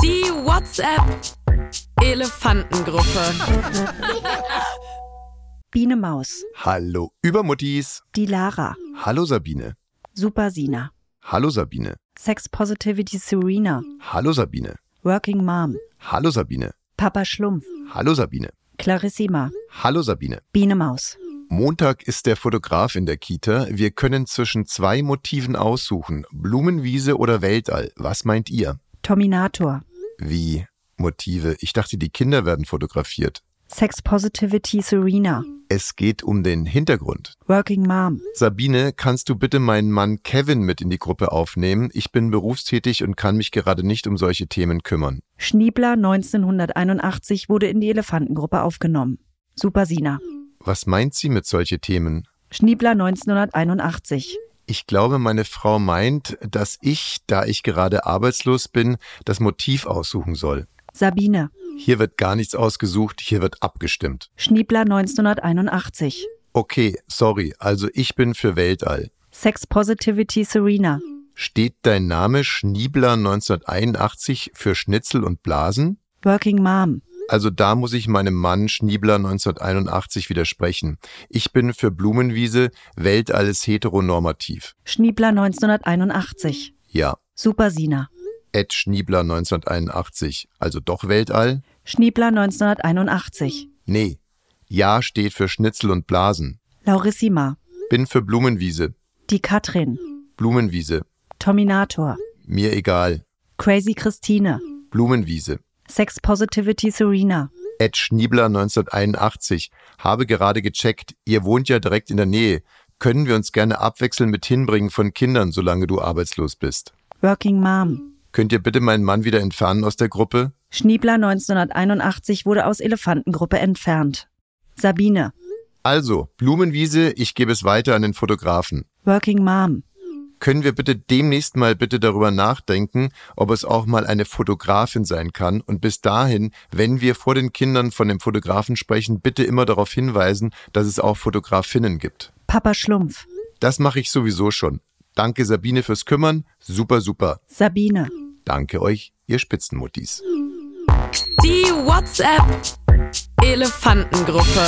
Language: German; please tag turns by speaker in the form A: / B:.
A: Hallo WhatsApp. Elefantengruppe.
B: Biene Maus,
C: Hallo Übermuttis.
B: die Lara,
C: Hallo Sabine.
B: Super Sina,
C: Hallo Sabine.
B: Sex Positivity Serena,
C: Hallo Sabine.
B: Working Mom,
C: Hallo Sabine.
B: Papa Schlumpf,
C: Hallo Sabine.
B: Clarissima,
C: Hallo Sabine.
B: Biene Maus.
C: Montag ist der Fotograf in der Kita. Wir können zwischen zwei Motiven aussuchen. Blumenwiese oder Weltall. Was meint ihr?
B: Terminator,
C: Wie? Motive. Ich dachte, die Kinder werden fotografiert.
B: Sex Positivity Serena,
C: Es geht um den Hintergrund.
B: Working Mom,
C: Sabine, kannst du bitte meinen Mann Kevin mit in die Gruppe aufnehmen? Ich bin berufstätig und kann mich gerade nicht um solche Themen kümmern.
B: Schniebler 1981 wurde in die Elefantengruppe aufgenommen. Super Sina,
C: Was meint sie mit solche Themen?
B: Schniebler 1981,
C: Ich glaube, meine Frau meint, dass ich, da ich gerade arbeitslos bin, das Motiv aussuchen soll.
B: Sabine,
C: Hier wird gar nichts ausgesucht, hier wird abgestimmt.
B: Schniebler 1981,
C: Okay, sorry, also ich bin für Weltall.
B: Sex Positivity Serena,
C: Steht dein Name Schniebler 1981 für Schnitzel und Blasen?
B: Working Mom,
C: Also da muss ich meinem Mann Schniebler 1981 widersprechen. Ich bin für Blumenwiese, Weltall ist heteronormativ.
B: Schniebler 1981,
C: Ja,
B: Super Sina,
C: Ed Schniebler 1981, also doch Weltall?
B: Schniebler 1981,
C: Nee. Ja steht für Schnitzel und Blasen.
B: Laurissima,
C: Bin für Blumenwiese.
B: die Katrin,
C: Blumenwiese.
B: Terminator,
C: Mir egal.
B: Crazy Christine,
C: Blumenwiese.
B: Sex Positivity Serena,
C: Ed Schniebler 1981. Habe gerade gecheckt, ihr wohnt ja direkt in der Nähe. Können wir uns gerne abwechselnd mit hinbringen von Kindern, solange du arbeitslos bist?
B: Working Mom.
C: Könnt ihr bitte meinen Mann wieder entfernen aus der Gruppe?
B: Schniebler 1981 wurde aus Elefantengruppe entfernt. Sabine,
C: Also, Blumenwiese, ich gebe es weiter an den Fotografen.
B: Working Mom.
C: Können wir bitte demnächst mal bitte darüber nachdenken, ob es auch mal eine Fotografin sein kann und bis dahin, wenn wir vor den Kindern von dem Fotografen sprechen, bitte immer darauf hinweisen, dass es auch Fotografinnen gibt.
B: Papa Schlumpf,
C: Das mache ich sowieso schon. Danke Sabine fürs Kümmern. Super, super.
B: Sabine,
C: Danke euch, ihr Spitzenmuttis.
A: Die WhatsApp. Elefantengruppe.